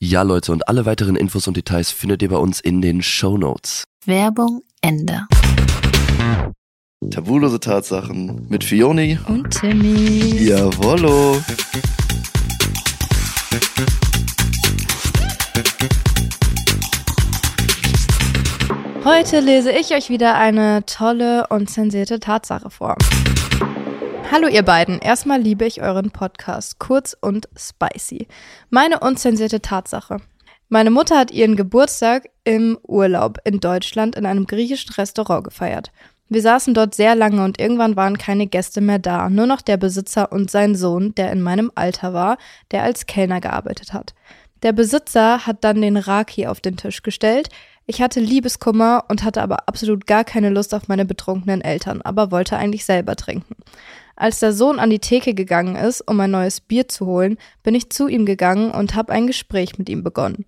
Ja, Leute, und alle weiteren Infos und Details findet ihr bei uns in den Show Notes. Werbung Ende. Tabulose Tatsachen mit Fioni. Und Timmy. Jawollo. Heute lese ich euch wieder eine tolle und zensierte Tatsache vor. Hallo ihr beiden, erstmal liebe ich euren Podcast, kurz und spicy. Meine unzensierte Tatsache. Meine Mutter hat ihren Geburtstag im Urlaub in Deutschland in einem griechischen Restaurant gefeiert. Wir saßen dort sehr lange und irgendwann waren keine Gäste mehr da, nur noch der Besitzer und sein Sohn, der in meinem Alter war, der als Kellner gearbeitet hat. Der Besitzer hat dann den Raki auf den Tisch gestellt. Ich hatte Liebeskummer und hatte aber absolut gar keine Lust auf meine betrunkenen Eltern, aber wollte eigentlich selber trinken. Als der Sohn an die Theke gegangen ist, um ein neues Bier zu holen, bin ich zu ihm gegangen und habe ein Gespräch mit ihm begonnen.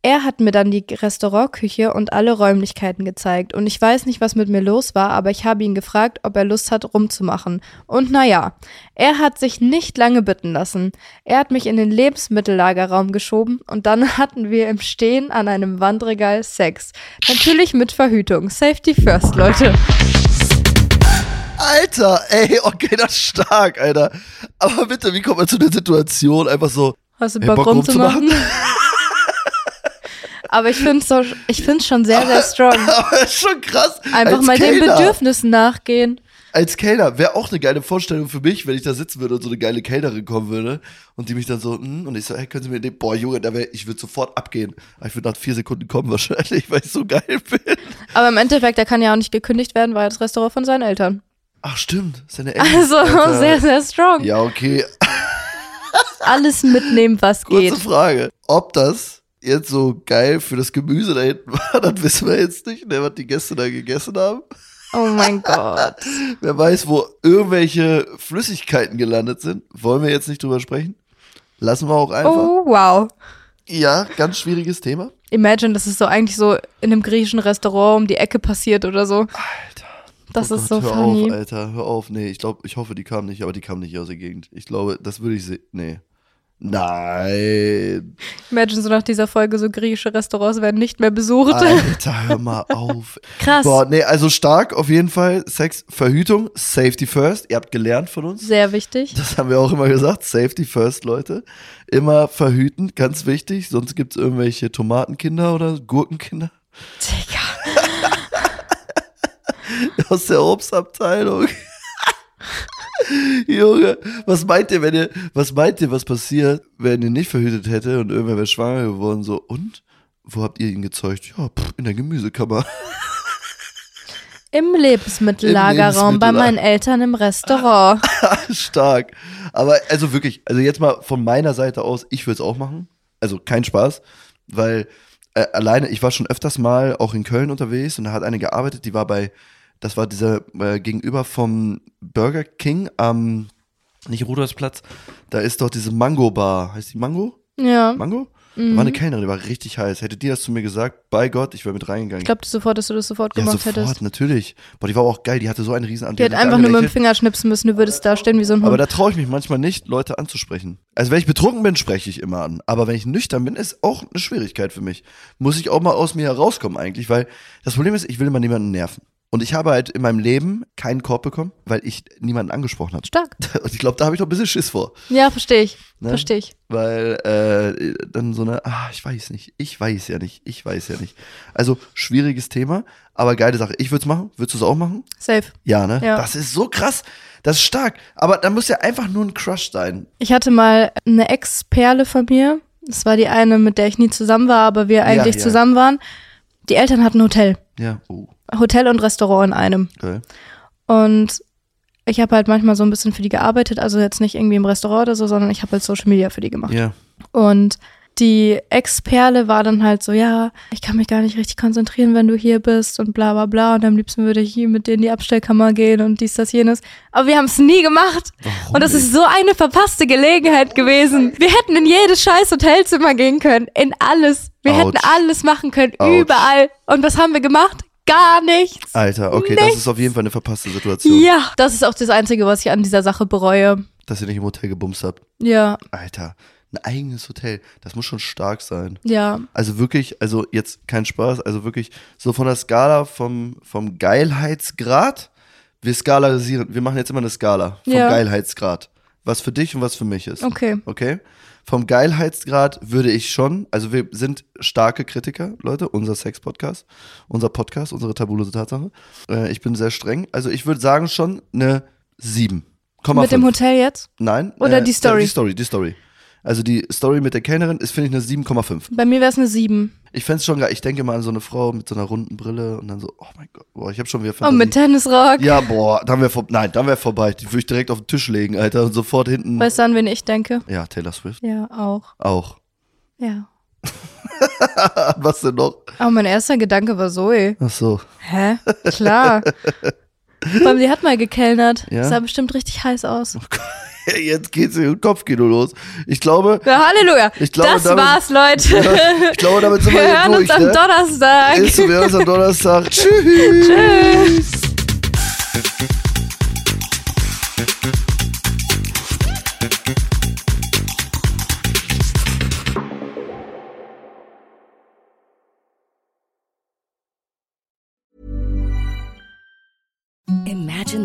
Er hat mir dann die Restaurantküche und alle Räumlichkeiten gezeigt und ich weiß nicht, was mit mir los war, aber ich habe ihn gefragt, ob er Lust hat, rumzumachen. Und naja, er hat sich nicht lange bitten lassen. Er hat mich in den Lebensmittellagerraum geschoben und dann hatten wir im Stehen an einem Wandregal Sex. Natürlich mit Verhütung. Safety first, Leute. Alter, ey, okay, das ist stark, Alter. Aber bitte, wie kommt man zu der Situation? Einfach so, Hast du Ey, Bock, Bock Also rumzumachen? Aber ich finde es so, ich find's schon sehr, sehr strong. aber das ist schon krass. Einfach als mal den Kellner, Bedürfnissen nachgehen. Als Kellner wäre auch eine geile Vorstellung für mich, wenn ich da sitzen würde und so eine geile Kellnerin kommen würde und die mich dann so, hm, und ich so, hey, können Sie mir den, boah, Junge, da wär, ich würde sofort abgehen. Aber ich würde nach vier Sekunden kommen wahrscheinlich, weil ich so geil bin. Aber im Endeffekt, der kann ja auch nicht gekündigt werden, weil das Restaurant von seinen Eltern. Ach, stimmt, seine Eltern. Also Alter. sehr, sehr strong. Ja, okay. Alles mitnehmen, was Kurze geht. Frage. Ob das jetzt so geil für das Gemüse da hinten war, das wissen wir jetzt nicht, ne, was die Gäste da gegessen haben. Oh mein Gott. Wer weiß, wo irgendwelche Flüssigkeiten gelandet sind. Wollen wir jetzt nicht drüber sprechen? Lassen wir auch einfach. Oh wow. Ja, ganz schwieriges Thema. Imagine, das ist so eigentlich so in einem griechischen Restaurant um die Ecke passiert oder so. Alter. Das oh ist Gott, so hör auf, funny. Alter, hör auf. Nee, ich glaube, ich hoffe, die kamen nicht, aber die kamen nicht aus der Gegend. Ich glaube, das würde ich sehen. Nee. Nein. Imagine so nach dieser Folge, so griechische Restaurants werden nicht mehr besucht. Alter, hör mal auf. Krass. Boah, nee, also stark auf jeden Fall. Sex, Verhütung, Safety first. Ihr habt gelernt von uns. Sehr wichtig. Das haben wir auch immer gesagt. Safety first, Leute. Immer verhüten, ganz wichtig. Sonst gibt es irgendwelche Tomatenkinder oder Gurkenkinder Digga. aus der Obstabteilung. Junge, was meint ihr, wenn ihr, was meint ihr, was passiert, wenn ihr nicht verhütet hätte und irgendwer wäre schwanger geworden? So, und? Wo habt ihr ihn gezeugt? Ja, pff, in der Gemüsekammer. Im Lebensmittellagerraum Lebensmittel- bei meinen Eltern im Restaurant. Stark. Aber also wirklich, also jetzt mal von meiner Seite aus, ich würde es auch machen. Also kein Spaß, weil äh, alleine, ich war schon öfters mal auch in Köln unterwegs und da hat eine gearbeitet, die war bei, das war dieser äh, gegenüber vom Burger King am, nicht Rudolfsplatz, da ist doch diese Mango Bar. Heißt die Mango? Ja. mhm. Mango? Da war eine Kellnerin, die war richtig heiß. Hätte die das zu mir gesagt, bei Gott, ich wäre mit reingegangen. Ich glaube sofort, dass du das sofort ja, gemacht sofort, hättest. natürlich. Boah, die war auch geil, die hatte so einen riesen Die hat einfach nur mit dem Finger schnipsen müssen, du würdest da stehen wie so ein Aber Hund. da traue ich mich manchmal nicht, Leute anzusprechen. Also wenn ich betrunken bin, spreche ich immer an. Aber wenn ich nüchtern bin, ist auch eine Schwierigkeit für mich. Muss ich auch mal aus mir herauskommen eigentlich, weil das Problem ist, ich will immer niemanden nerven. Und ich habe halt in meinem Leben keinen Korb bekommen, weil ich niemanden angesprochen habe. Stark. Und ich glaube, da habe ich doch ein bisschen Schiss vor. Ja, verstehe ich. Ne? Verstehe ich. Weil äh, dann so eine, ah, ich weiß nicht, ich weiß ja nicht, ich weiß ja nicht. Also schwieriges Thema, aber geile Sache. Ich würde es machen. Würdest du es auch machen? Safe. Ja, ne? Ja. Das ist so krass. Das ist stark. Aber da muss ja einfach nur ein Crush sein. Ich hatte mal eine Ex-Perle von mir. Das war die eine, mit der ich nie zusammen war, aber wir eigentlich ja. zusammen waren. Die Eltern hatten Hotel. Ja. Oh, Hotel und Restaurant in einem. geil. Und ich habe halt manchmal so ein bisschen für die gearbeitet. Also jetzt nicht irgendwie im Restaurant oder so, sondern ich habe halt Social Media für die gemacht. Ja. Und die Ex-Perle war dann halt so, ja, ich kann mich gar nicht richtig konzentrieren, wenn du hier bist und bla bla bla. Und am liebsten würde ich hier mit dir in die Abstellkammer gehen und dies, das, jenes. Aber wir haben es nie gemacht. Warum und das nicht? ist so eine verpasste Gelegenheit gewesen. Wir hätten in jedes scheiß Hotelzimmer gehen können. In alles. Wir Autsch. hätten alles machen können. Autsch. Überall. Und was haben wir gemacht? Gar nichts. Alter, okay, das Nichts. ist auf jeden Fall eine verpasste Situation, Ja, das ist auch das Einzige, was ich an dieser Sache bereue. dass ihr nicht im Hotel gebumst habt. Ja, Alter, ein eigenes Hotel, das muss schon stark sein. ja. Also wirklich, also jetzt kein Spaß, also wirklich so von der Skala vom, vom Geilheitsgrad, wir skalarisieren, wir machen jetzt immer eine Skala vom Ja. Geilheitsgrad. Was für dich und was für mich ist. Okay. Okay? Vom Geilheitsgrad würde ich schon, also wir sind starke Kritiker, Leute, unser Sex-Podcast, unser Podcast, unsere tabulose Tatsache. Äh, ich bin sehr streng. Also ich würde sagen schon eine 7. Mit dem Hotel jetzt? Nein. äh, Oder die Story? Die Story, die Story. Also die Story mit der Kellnerin ist, finde ich, eine 7,5. Bei mir wäre es eine 7. Ich fände es schon geil. Ich denke mal an so eine Frau mit so einer runden Brille und dann so, oh mein Gott, boah, ich habe schon wieder Oh, mit Fantasie. Tennisrock. Ja, boah, dann wäre vorbei. Nein, dann wäre vorbei. Die würde ich direkt auf den Tisch legen, Alter, und sofort hinten. Weißt du, an wen ich denke? ja, Taylor Swift. Ja, auch. Auch. Ja. Was denn noch? Aber mein erster Gedanke war Zoe. Ach so. Hä? Klar. Vor allem, die hat mal gekellnert. Ja? Oh Sah bestimmt richtig heiß aus. Jetzt geht's im Kopfkino los. Ich glaube, Ja, Halleluja. Ich glaube, das damit- war's, Leute. ich glaube, damit sind wir, Wir hören hier uns durch. am Ne? Donnerstag. Ist, wir hören uns am Donnerstag. Tschüss. Tschüss. Imagine